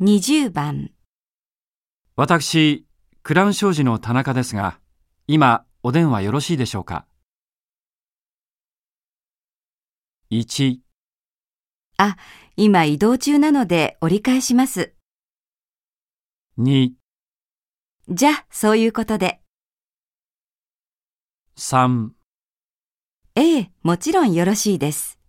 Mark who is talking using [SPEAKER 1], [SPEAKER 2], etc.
[SPEAKER 1] 20番、
[SPEAKER 2] 私、クラウン商事の田中ですが、今、お電話よろしいでしょうか ?1、
[SPEAKER 1] 今移動中なので折り返します。
[SPEAKER 2] 2、
[SPEAKER 1] じゃあ、そういうことで。
[SPEAKER 2] 3
[SPEAKER 1] ええ、もちろんよろしいです。